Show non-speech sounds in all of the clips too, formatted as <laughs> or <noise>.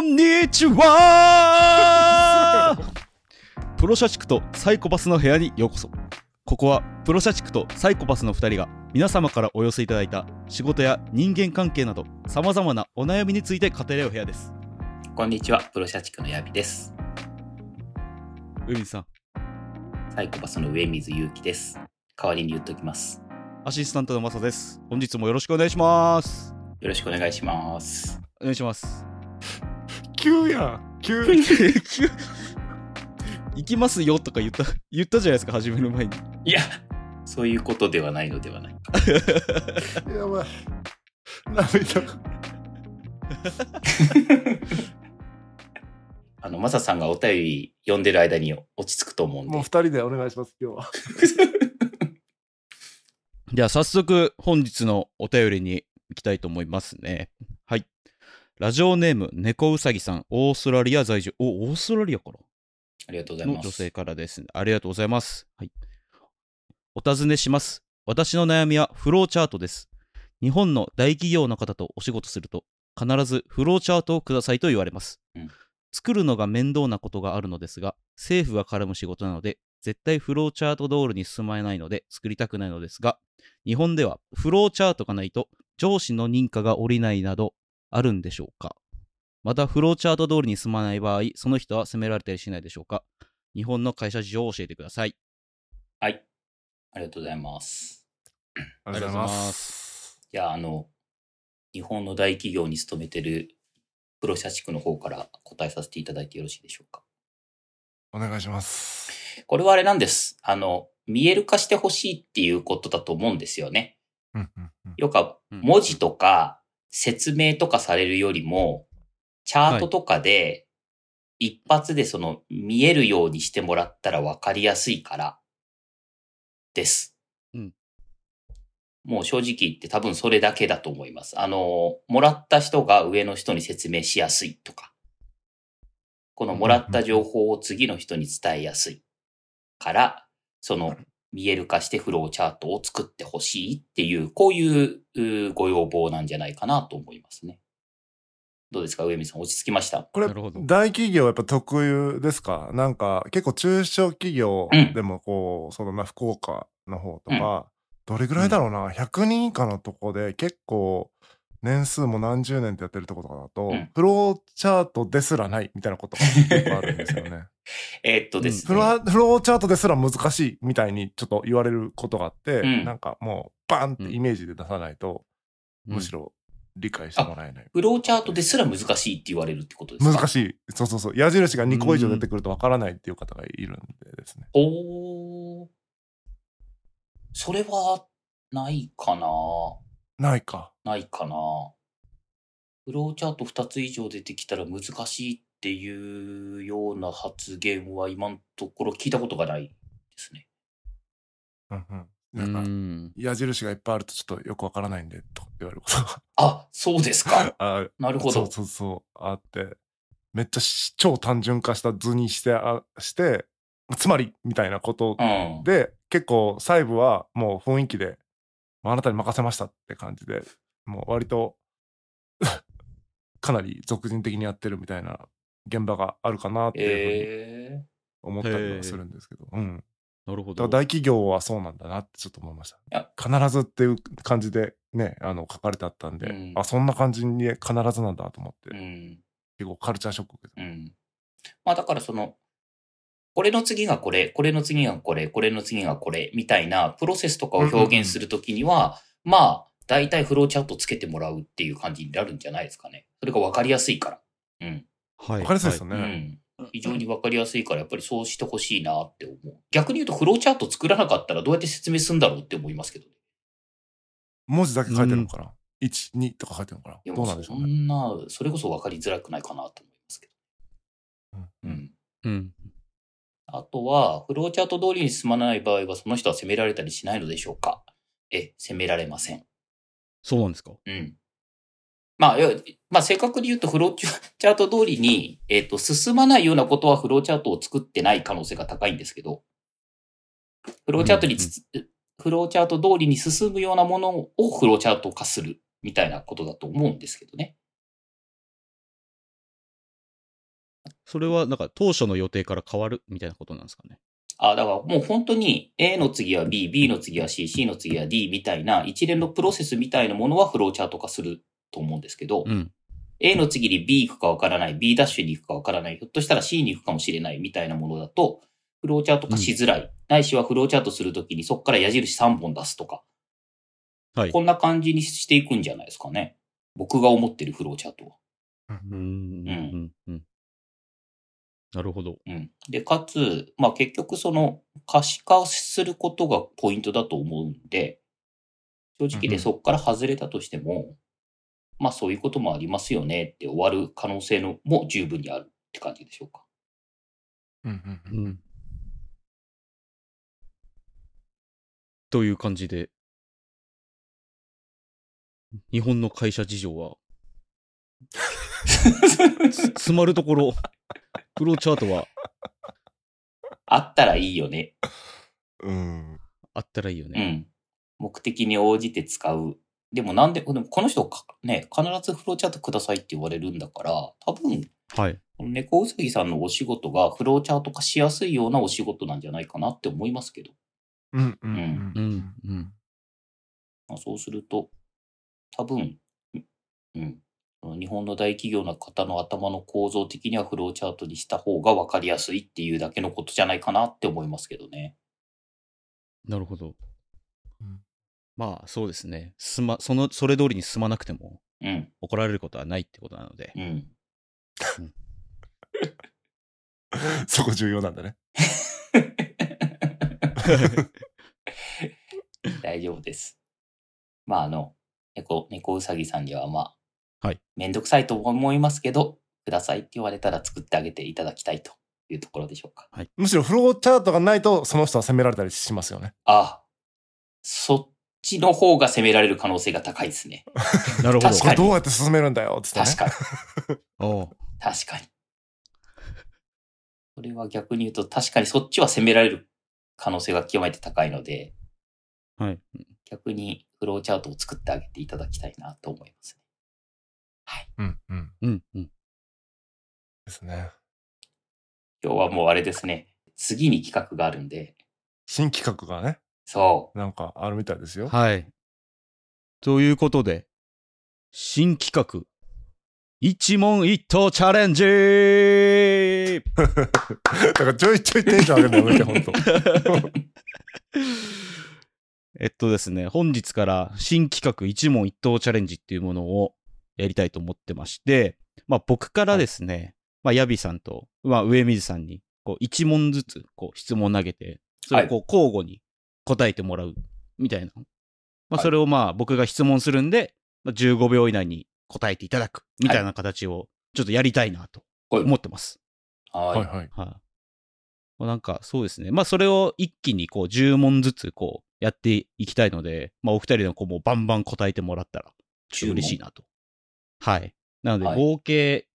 んにちはプロ社畜とサイコパスの部屋にようこそここはプロ社畜とサイコパスの2人が皆様からお寄せいただいた仕事や人間関係などさまざまなお悩みについて語り合う部屋ですこんにちは、プロ社畜のヤビです。海水さんサイコパスの上水祐希です。代わりに言っときます。アシスタントのマサです本日もよろしくお願いしますよろしくお願いします。お願いします急やん急 <laughs> 行きますよとか言った言ったじゃないですか始める前にいや、そういうことではないのではないか。やばい涙があの、マサさんがお便り読んでる間に落ち着くと思うんもうで二。人でお願いします今日はでは早速本日のお便りに行きたいと思いますね。はい。ラジオネーム猫うさぎさん、オーストラリア在住、おオーストラリアから <laughs> ありがとうございのま女す性。からです、ね。ありがとうございます。はい。お尋ねします。私の悩みはフローチャートです。日本の大企業の方とお仕事すると、必ずフローチャートをくださいと言われます。うん作るのが面倒なことがあるのですが、政府が絡む仕事なので、絶対フローチャート通りに進まないので作りたくないのですが、日本ではフローチャートがないと上司の認可が下りないなどあるんでしょうかまたフローチャート通りに進まない場合、その人は責められたりしないでしょうか日本の会社事情を教えてください。はい。ありがとうございます。ありがとうございますいや、あの、日本の大企業に勤めてるプロ社畜の方から答えさせていただいてよろしいでしょうか。お願いしますこれはあれなんです。あの、見える化してほしいっていうことだと思うんですよね。うんうんうんよか、うん文字とか説明とかされるよりも、チャートとかで、一発でその見えるようにしてもらったら分かりやすいから、です。うんもう正直言って多分それだけだと思います。あの、もらった人が上の人に説明しやすいとか、このもらった情報を次の人に伝えやすいから、その見える化してフローチャートを作ってほしいっていう、こういううーご要望なんじゃないかなと思いますね。どうですか、上見さん、落ち着きましたこれなるほど大企業やっぱ特有ですかなんか結構中小企業うんでもこう、そのな福岡の方とか、どれぐらいだろうな、100人以下のとこで結構年数も何十年ってやってるとことかだと、うんフローチャートですらないみたいなことが結構あるんですよ <laughs> ね。えーっとですフね。ロアフローチャートですら難しいみたいにちょっと言われることがあって、うんなんかもうバーンってイメージで出さないと、むしろ。ろ理解してもらえない。フローチャートですら難しいって言われるってことですか難い。しい。そうそうそう。矢印が2個以上出てくるとわからないっていう方がいるんでですね。おーそれは、ないかなないか。ないかなフローチャート2つ以上出てきたら難しいっていうような発言は今のところ聞いたことがないですね。うんう。うんなんか、ん。矢印がいっぱいあるとちょっとよくわからないんで、とかって言われること <laughs> が。。あ、そうですか <laughs> あなるほそうど。そうそう。あって。めっちゃし超単純化した図にして、あして、つまり、みたいなことうん。で結構細部はもう雰囲気でもうあなたに任せましたって感じでもう割と <laughs> かなり俗人的にやってるみたいな現場があるかなっていうふうにえ思ったりはするんですけど、うん、なるほだからど。大企業はそうなんだなってちょっと思いましいやた必ずっていう感じでねあの書かれてあったんで、うんあそんな感じに必ずなんだと思って、えうん。結構カルチャーショック受けうた、ん。まあだからその、これの次がこれ、これの次がこれ、これの次がこれ、みたいなプロセスとかを表現するときには、まあ、大体フローチャートつけてもらうっていう感じになるんじゃないですかね。それが分かりやすいから。うん。はわかりやすいですよね、うん。非常に分かりやすいから、やっぱりそうしてほしいなって思う。逆に言うと、フローチャート作らなかったらどうやって説明するんだろうって思いますけど。文字だけ書いてるのかな、12とか書いてるのかでなもどうなんでしょそうねんな、それこそ分かりづらくないかなと思いますけうど。うんん。うん。あとは、フローチャート通りに進まない場合は、その人は責められたりしないのでしょうかえ、責められません。そうなんですか。うん。まあ、いやまあ、正確に言うと、フローチャート通りに、えっ、と、進まないようなことはフローチャートを作ってない可能性が高いんですけど、フローチャートにつ、フローチャート通りに進むようなものをフローチャート化するみたいなことだと思うんですけどね。それはなんか当初の予定から変わるみたいなことなんですかね。あ、だからもう本当に A の次は B、B の次は C、C の次は D みたいな一連のプロセスみたいなものはフローチャート化すると思うんですけど、うん。 A の次に B 行くかわからない、B ダッシュに行くかわからない、ひょっとしたら C に行くかもしれないみたいなものだと、フローチャート化しづらい。ないしはフローチャートするときにそこから矢印3本出すとか、はい。こんな感じにしていくんじゃないですかね。僕が思ってるフローチャートは。うんうんうん。なるほど。うん。で、かつ、まあ結局その可視化することがポイントだと思うんで、正直うんうでんそこから外れたとしても、まあそういうこともありますよねって終わる可能性のも十分にあるって感じでしょう <laughs> か。うんううんうんん。という感じで、日本の会社事情は、つ <laughs> 詰まるところ、フローチャートはあったらいいよね。うんあったらいいようね。ん。目的に応じて使う。でもなんで、でもこの人かね、必ずフローチャートくださいって言われるんだから、多分、はい。この猫うさぎさんのお仕事がフローチャート化しやすいようなお仕事なんじゃないかなって思いますけど。うんうんううんん。うん。まあ、そうすると、多分、うん、うん日本の大企業の方の頭の構造的にはフローチャートにした方が分かりやすいっていうだけのことじゃないかなって思いますけどね。なるほど。うんまあ、そうですね。すま、その、それ通りに進まなくてもうん、怒られることはないってことなのでう。ん。 <laughs> そこ重要なんだね大丈夫です。まあ、あの、猫、猫うさぎさんには、まあ、はい。めんどくさいと思いますけど、くださいって言われたら作ってあげていただきたいというところでしょうか。むしろフローチャートがないとその人は責められたりしますよねあ、そっちの方が責められる可能性が高いですね。 <laughs> なるほど。確こかれにどうやって進めるんだよっつってね確かに。おう確かに。それは逆に言うと、確かにそっちは攻められる可能性が極めて高いので、はい。逆にフローチャートを作ってあげていただきたいなと思います。うんうんうん、うん。ですね今日はもうあれですね、次に企画があるんで、新企画がねそなんかあるみたいですよはい。ということで、新企画、一問一答チャレンジだからちょいちょいテンション上げるのやめてほんとえっとですね、本日から新企画一問一答チャレンジっていうものをやりたいと思ってまして、まあ僕からですね、まあヤビさんと、まあ上水さんに、こう一問ずつこう質問投げて、それをこう交互に答えてもらうみたいな。まあはいそれをまあ僕が質問するんで、まあ、15秒以内に答えていただくみたいな形をちょっとやりたいなとはい思ってます。う。ははいい。はいはい。まあなんか、そうですね。まあ、それを一気にこう、10問ずつこう、やっていきたいので、まあ、お二人のこう、もうバンバン答えてもらったら、ちょっと嬉しいなと。はい。なのはで、い合計、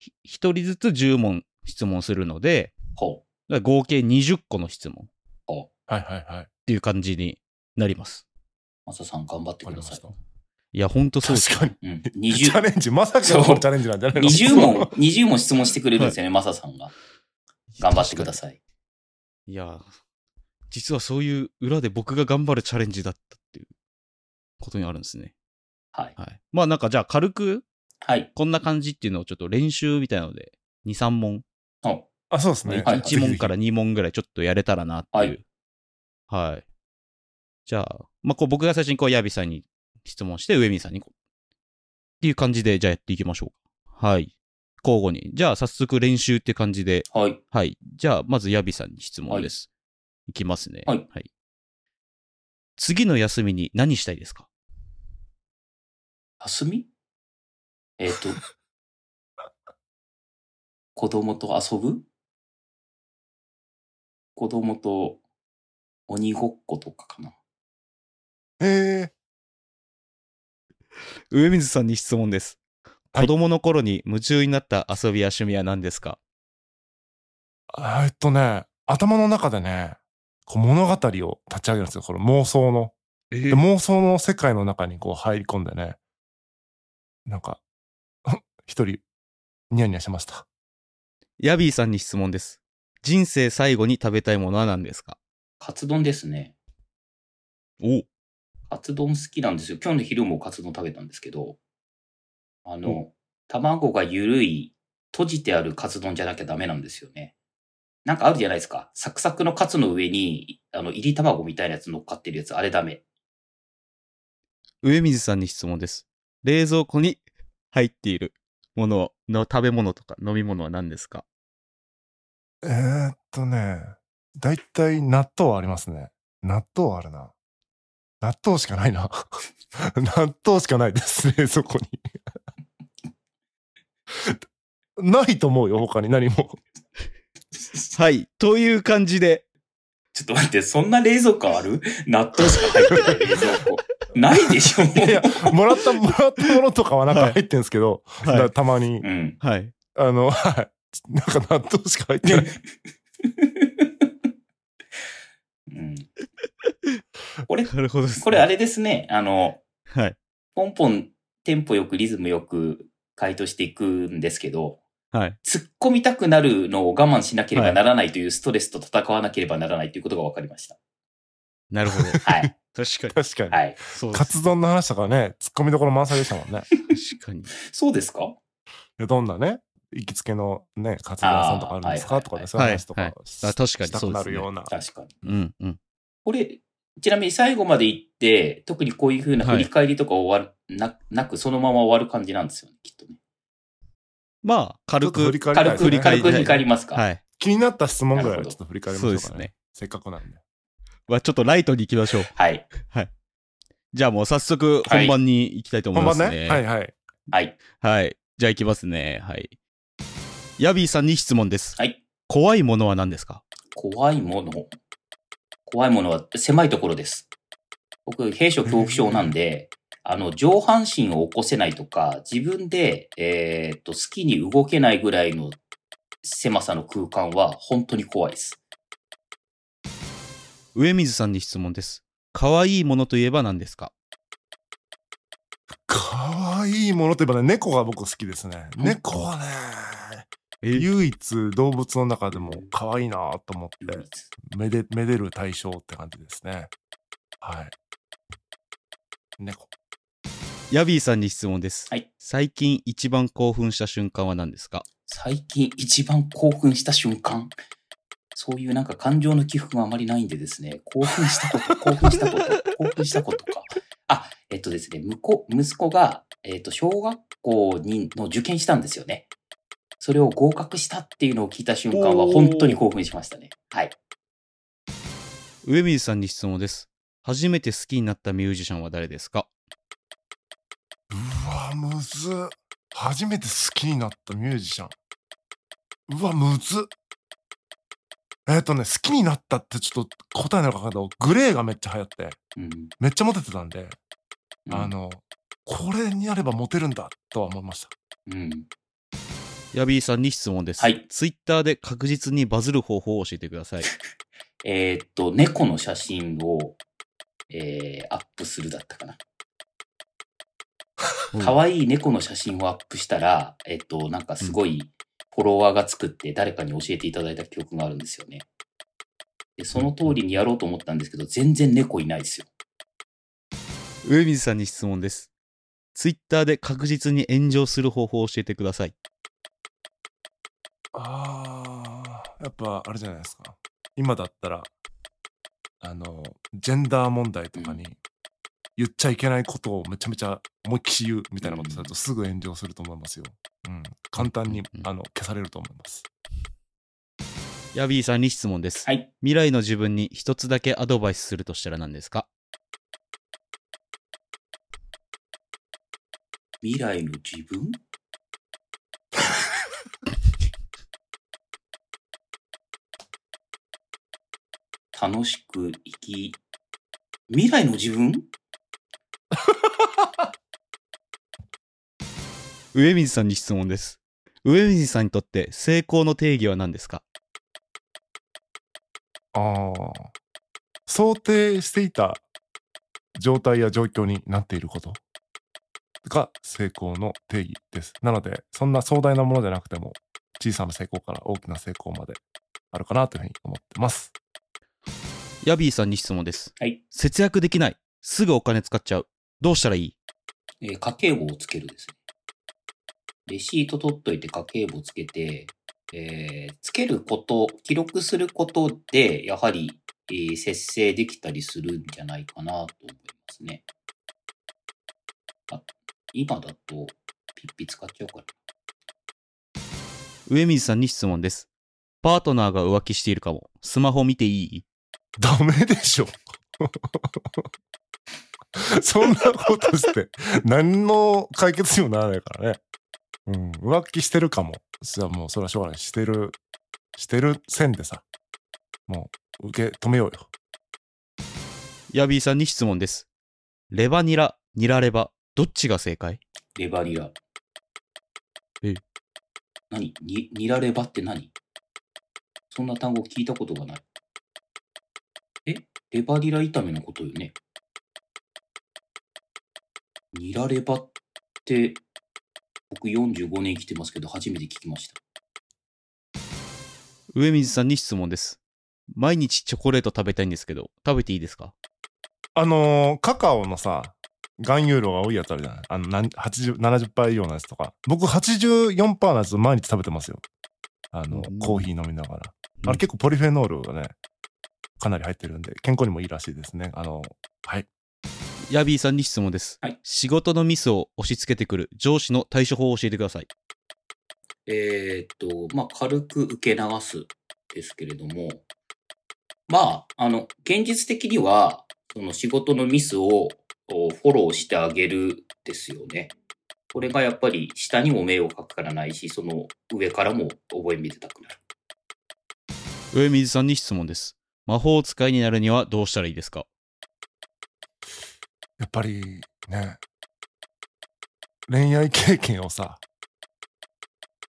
ひ一人ずつ10問質問するので、ほだから合計20個の質問っはいはいはいていう感じになります。う。マサさん頑張ってわくかりだまさしいた。いや、ほんとそうです確かにうん。チャ20、レンジまさかのこれチャレンジなんじゃないの20問、20問質問してくれるんですよね、マサさんが。頑張ってください。いや、実はそういう裏で僕が頑張るチャレンジだったっていうことにあるんですね。はい。はい。まあ、なんか、じゃあ、軽く、はい。こんな感じっていうのをちょっと練習みたいなので、2、3問、ほあそうですねはい1問から2問ぐらいちょっとやれたらなっていう。はい。じゃあ、まあ、こう僕が最初にこう、ヤビさんに質問して、上水さんにこう、っていう感じで、じゃあやっていきましょう。はい。交互に。じゃあ、早速練習って感じで、うはい。はい。じゃあ、まずヤビさんに質問です。い、きますね。はい次の休みに何したいですか休みえっ、と、子供と遊ぶ子供と鬼ごっことかかな。え上水さんに質問です。はい子供の頃に夢中になった遊びや趣味は何ですかー、えっとね頭の中でねこう物語を立ち上げるんですよこれ妄想のえで妄想の世界の中にこう入り込んでね <laughs> なんか一人ニヤニヤしましたヤビーさんに質問です。人生最後に食べたいものは何ですかカツ丼ですね。おカツ丼好きなんですよ。今日の昼もカツ丼食べたんですけど、あの、卵がゆるい、閉じてあるカツ丼じゃなきゃダメなんですよね。なんかあるじゃないですか。サクサクのカツの上に、あの、入り卵みたいなやつ乗っかってるやつ、あれダメ。上水さんに質問です。冷蔵庫に入っているものの食べ物とか飲み物は何ですかえー、っとね、だいたい納豆はありますね。納豆あるな。納豆しかない <laughs> な。納豆しかないですね、そこに。 <laughs> ないと思うよ、他に何 <laughs> も。ちはい。という感じで、ょっと待って、そんな冷蔵庫あ <laughs> る納豆しか入ってない冷蔵庫。ないでしょ、もいやう。、もらった、もらったものとかはなんか入ってんですけど、だからはたまに、うん。い。はい。あの、はい。なんか納豆しか入ってない。 <laughs> うん、これ、なるほどです、これあれですね。あの、はい。ポンポンテンポよくリズムよく回答していくんですけど、はい。突っ込みたくなるのを我慢しなければならないというストレスと戦わなければならないということが分かりました。なる <laughs> ほど。はい。確かに。確かに。はい。そうでカす。ツ丼の話とかね、ツッコミどころ満載でしたもんね。い確かに。そうですかやどんなね、行きつけのね、カツ丼屋さんとかあるんですあかーとかはいね、そういう話とはいかはいしあ確かにそうですねしたくなるような。確かに。うんうん。これ、ちなみに最後まで行って、特にこういうふうな振り返りとか終わる、ななく、そのまま終わる感じなんですよね、きっとね。まあ、ち軽ょっと振りく。返りた軽いでく、すねり軽く振り返りますか。はい。気になった質問ぐらいはちょっと振り返りましそょううでかすね。ね。せっかくなんで。はちょっとライトに行きましょう。はい。じゃあもう早速本番に行きたいと思い本ます番ね。ね。はいはい。はい。はい。じゃあ行きますね。はい。ヤビーさんに質問です。はい。怖いものは何ですか怖いもの。怖いものは狭いところです。僕、閉所恐怖症なんで、あの、上半身を起こせないとか、自分で、えーっと、好きに動けないぐらいの狭さの空間は本当に怖いです。上水さんに質問です。可愛いものといえば何ですか可愛いものといえばね、猫が僕好きですね。うん猫はね、え唯一動物の中でも可愛いなと思って、唯一めで、めでる対象って感じですね。はい。猫。ヤビーさんに質問です。はい最近一番興奮した瞬間は何ですか最近一番興奮した瞬間。そういうなんか感情の起伏があまりないんでですね、興奮したこと、興奮したこと、興奮したことか。あ、えっとですね、向こう、息子が、えっと、小学校にの受験したんですよね。それを合格したっていうのを聞いた瞬間はおー本当に興奮しましたね。はい。上水さんに質問です。初めて好きになったミュージシャンは誰ですかうわ、むずっ。初めて好きになったミュージシャン。うわ、むずっ。えっ、とね、好きになったってちょっと答えなのかったけど、グレーがめっちゃ流行って、うん。めっちゃモテてたんで、うんあ、の、これにやればモテるんだとは思いました。うん。ヤビーさんに質問です。はいツイッターで確実にバズる方法を教えてくださ <laughs> い。えーっと、猫の写真を、えー、アップするだったかな。可愛い猫の写真をアップしたら、えっと、なんかすごいフォロワーが作って誰かに教えていただいた記憶があるんですよね。で、その通りにやろうと思ったんですけど、全然猫いないですよ。上水さんに質問です。ツイッターで確実に炎上する方法を教えてください。あー、やっぱあれじゃないですか。今だったら、あの、ジェンダー問題とかに、言っちゃいけないことをめちゃめちゃ思いっきり言うみたいなことするとすぐ炎上すると思いますよ。うん。簡単にうん、あの、消されると思います。ヤビーさんに質問です。はい。未来の自分に一つだけアドバイスするとしたら何ですか未来の自 <laughs> 分楽しく生き、未来の自分上水さんに質問です。上水さんにとって成功の定義は何ですかああ。想定していた状態や状況になっていることが成功の定義です。なので、そんな壮大なものじゃなくても、小さな成功から大きな成功まであるかなというふうに思ってます。ヤビーさんに質問です。はい。節約できない。すぐお金使っちゃう。どうしたらいいえー家計簿をつけるですね。レシート取っといて家計簿つけて、えーつけること、記録することで、やはり、えー節制できたりするんじゃないかなと思いますね。あ今だと、ピッピ使っちゃうから。上水さんに質問です。パートナーが浮気しているかも。スマホ見ていいダメでしょ。 <laughs> そんなことして、何の解決にもならないからね。うん、浮気してるかも。それはもう、それはしょうがない。してる、してる線でさ、もう、受け止めようよ。ヤビーさんに質問です。レバニラ、ニラレバ、どっちが正解レバニラ。え何に、ニラレバって何そんな単語聞いたことがない。えレバニラ炒めのことよねニラレバって、僕45年生きてますけど、初めて聞きました。上水さんに質問です。毎日チョコレート食べたいんですけど、食べていいですかあのーカカオのさ、含有量が多いやつあるじゃないあの、なん80 70倍以上のやつとか。僕84%のやつ毎日食べてますよ。あのうん、コーヒー飲みながら。うんあれ結構ポリフェノールがね、かなり入ってるんで、健康にもいいらしいですね。あの、はい。ヤビーさんに質問です。はい仕事のミスを押し付けてくる上司の対処法を教えてください。えーっと、まあ、軽く受け流すですけれども、まあ、あの、現実的には、その仕事のミスをおフォローしてあげるですよね。これがやっぱり下にも迷惑かからないし、その上からも覚えみてたくなる。上水さんに質問です。魔法使いになるにはどうしたらいいですかやっぱりね、恋愛経験をさ、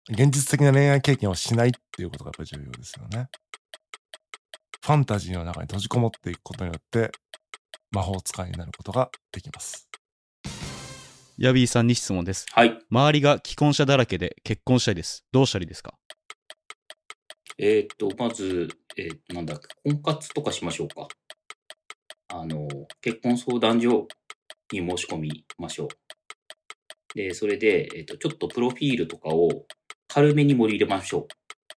現実的な恋愛経験をしないっていうことがやっぱり重要ですよね。ファンタジーの中に閉じこもっていくことによって、魔法使いになることができます。ヤビーさんに質問です。はい。周りが既婚者だらけで結婚したいです。どうしたらいいですかえーっと、まず、えーなんだっけ、婚活とかしましょうか。あの、結婚相談所に申し込みましょう。で、それで、えーっと、ちょっとプロフィールとかを軽めに盛り入れましょう。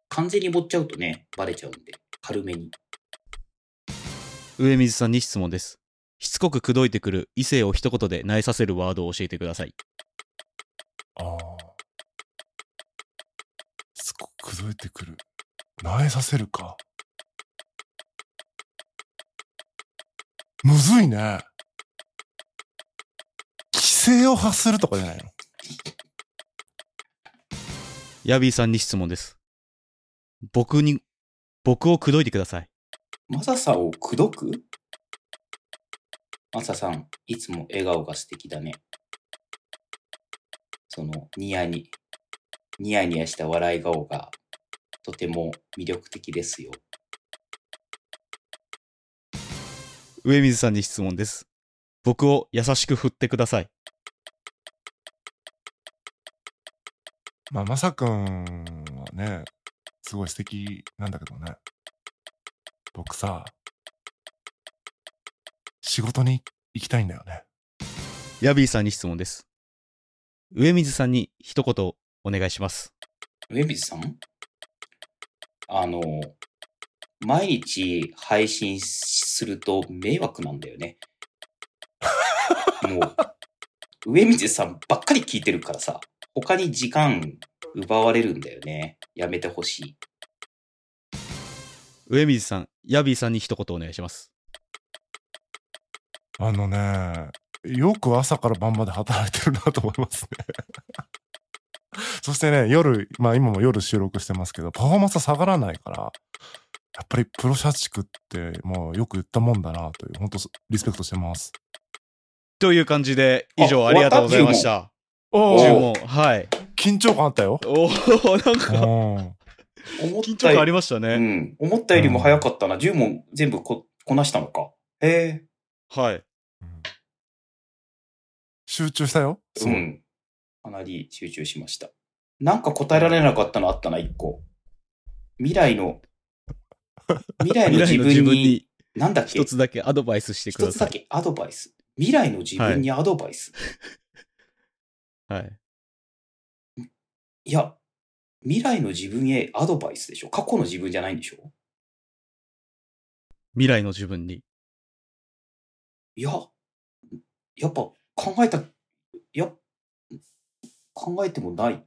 完全に盛っちゃうとね、バレちゃうんで、軽めに。上水さんに質問です。しつこく口説いてくる異性を一言で萎えさせるワードを教えてください。ああ。すごくくどいてくる。なえさせるか。むずいね。規制を発するとかじゃないのヤビーさんに質問です。僕に、僕を口説いてください。マサさんを口説くマサさん、いつも笑顔が素敵だね。その、ニヤに、ニヤニヤした笑い顔が、とても魅力的ですよ。上水さんに質問です。僕を優しく振ってください。まあ、まさくんはね、すごい素敵なんだけどね。僕さ、仕事に行きたいんだよね。ヤビーさんに質問です。上水さんに一言お願いします。上水さんあの、毎日配信すると迷惑なんだよね。もう、上水さんばっかり聞いてるからさ、他に時間奪われるんだよね。やめてほしい。上水さん、ヤビーさんに一言お願いします。あのね、よく朝から晩まで働いてるなと思いますね。 <laughs> そしてね、夜、まあ今も夜収録してますけど、パフォーマンスは下がらないから、やっぱりプロ社畜ってもうよく言ったもんだなという、本当リスペクトしてます。という感じで、あ以上ありがとうございました。お注10文、はい。緊張感あっ <laughs> たよ。おお、なんかうん思緊っ張た感ありよましたりうね。ん、思ったよりも早かったな。10問全部ここなしたのか。へはい。集中したよ。 <laughs> え。うん。かなり集中しました。なんか答えられなかったのあったな、一個。未 <laughs> 来の、未来の自未来の分自分に、になんだっけ一つだけアドバイスしてく一だつさだい。けアドバイス。未来の自分にアドバイス。はい。い、や、未来の自分へアドバイスでしょ過去の自分じゃないんでしょ未来の自分に。 <laughs> いや、やっぱ考えた、いや、考えてもない。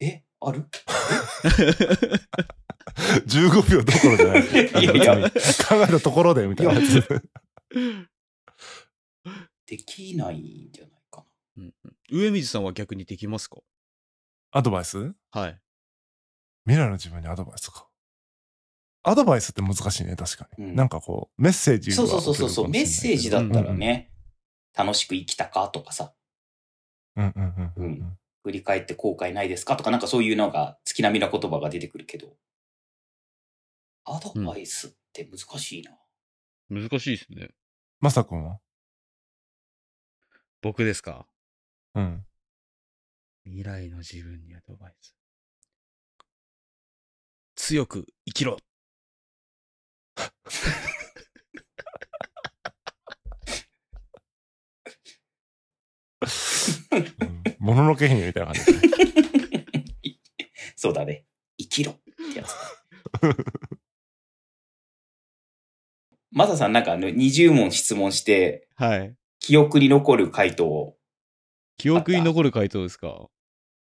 え、ある15秒どころじゃない。 <laughs> いやいや別に考えたところで、みたいなやつ。 <laughs> できないんじゃないか上水さんは逆にできますかアドバイスはい。未来の自分にアドバイスか。アドバイスって難しいね、確かに。うんなんかこう、メッセージな。はそうそうそうそうそう、送メれッるかもしセーれないけジどだったら。ね、楽しく生きたかとかさ、うんうんうんうんうん振り返って後悔ないですかとか、なんかそういうのが月並みな言葉が出てくるけど、アドバイスって難しいな。難しいですね。まさくんは僕ですかうん。未来の自分にアドバイス。強く生きろうんもののけ姫みたいな感じ。そうだね。生きろってやつ。 <laughs> マサさんなんかあの20問質問して、はい。記憶に残る回答を。記憶に残る回答ですか。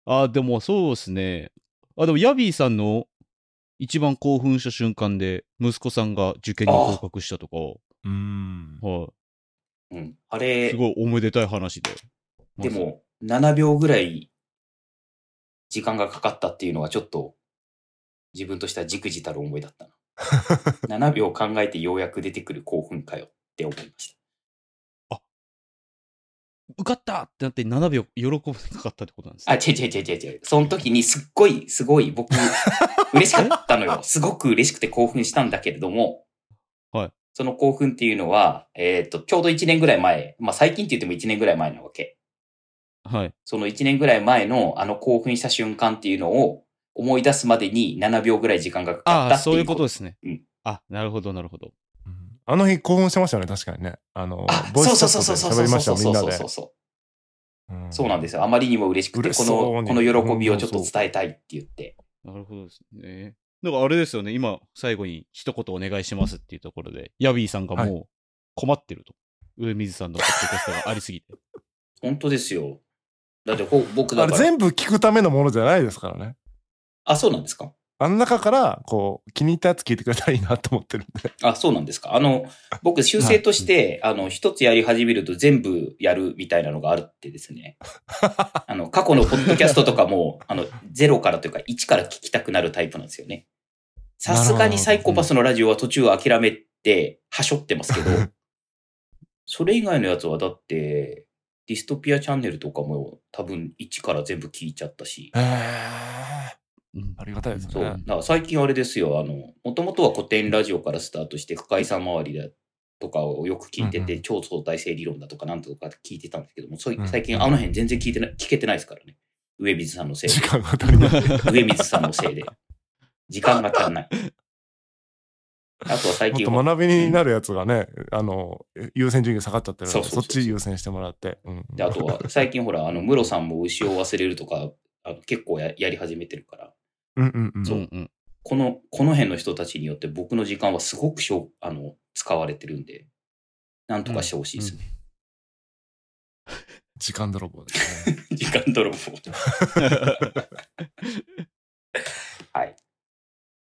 あ、でもそうですね。あ、でもヤビーさんの一番興奮した瞬間で息子さんが受験に合格したとか、 <laughs> うーん。はうん。あい、れす、ごいおめでたい話で。でも7秒ぐらい時間がかかったっていうのはちょっと自分としてはじくじたる思いだった <laughs> な。7秒考えてようやく出てくる興奮かよって思いました。受かったってなって7秒喜ばなかったってことなんですあ、ね。違う違う違う違う違う。その時にすっごい、すごい僕、嬉しかった <laughs> のよ。すごく嬉しくて興奮したんだけれども、はいその興奮っていうのは、えっ、と、ちょうど1年ぐらい前、まあ最近って言っても1年ぐらい前なわけ。はい。その1年ぐらい前のあの興奮した瞬間っていうのを思い出すまでに7秒ぐらい時間がかかっあたあ、ってそういいううことですね。うんあ、なるほど、なるほど。うんあの日興奮してましたよね、確かにね。あのあ、、ボイそうスそチャうそうそうッそうそトで喋うりましそたうよ、そみんうなそうで。そう。そうなんですすよ。あまりにも嬉しくて、嬉しこそうの、こにの喜びをちょっと伝えたいって言って。なるほどですね。だからあれですよね、今、最後に一言お願いしますっていうところで、ヤビーさんがはもう困ってると。上水さんのポッドキャストがありすぎて。本当ですよ。だってほ僕だあかれら。全部聞くためのものじゃないですからね。あ、そうなんですかあの中から、こう、気に入ったやつ聞いてくれたらいいなと思ってるんで。あ、そうなんですか。あの、僕、修正として、あの、一つやり始めると全部やるみたいなのがあるってですね。あの、過去のポッドキャストとかも、あの、ゼロからというか、1から聞きたくなるタイプなんですよね。さすがにサイコパスのラジオは途中諦めて、はしょってますけど、 <laughs> それ以外のやつはだって、ディストピアチャンネルとかも多分1から全部聞いちゃったし、えありがたいですねそう。だから最近あれですよ、あの、もともとは古典ラジオからスタートして、深井さん周りだとかをよく聞いてて、うんう超相対性理論だとかなんとか聞いてたんですけども、そういうんうん最近あの辺全然聞いてない、聞けてないですからね。上水さんのせーい時で。間が足りない。上水さんのせいで。時間が足らない。あとは最もっ近とは、学びになるやつがね、あの、優先順位が下がっちゃってるそのうで、そうそそうっち優先してもらって。うんであとは最近ほら、あの、ムロさんも牛を忘れるとか、あの結構ややり始めてるから、うんうん <laughs> うん。うそんうん。 <laughs> この、この辺の人たちによって僕の時間はすごくしょあの使われてるんで、なんとかしてほしいですね。時間泥棒ですね。<laughs> <laughs> 時間泥棒。はい。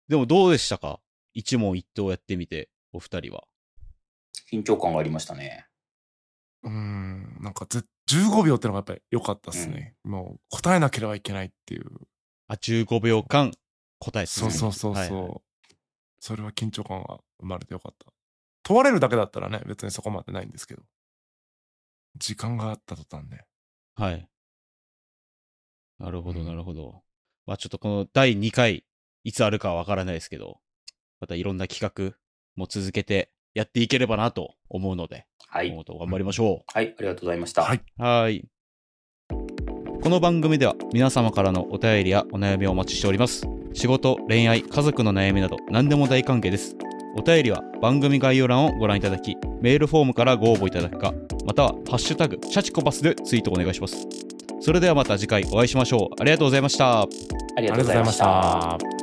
でもどうでしたか一問一答やってみて、お二人は。緊張感がありましたね。うん、なんかぜ、15秒ってのがやっぱり良かったですね。もう、答えなければいけないっていう。あ、15秒間答え進そうめるそうそうそう。はいはいそれは緊張感が生まれてよかった。問われるだけだったらね、別にそこまでないんですけど。時間があった途端ね。はい。なるほど、うんなるほど。まあちょっとこの第2回、いつあるかはわからないですけど、またいろんな企画も続けてやっていければなと思うので、はい今。後とも頑張りましょはい、ありがとうございました。はい。う。はい。この番組では皆様からのお便りやお悩みをお待ちしております。仕事、恋愛、家族の悩みなど何でも大歓迎です。お便りは番組概要欄をご覧いただき、メールフォームからご応募いただくか、またはハッシュタグ、シャチコパスでツイートお願いします。それではまた次回お会いしましょう。ありがとうございました。ありがとうございましありがとうございましたた。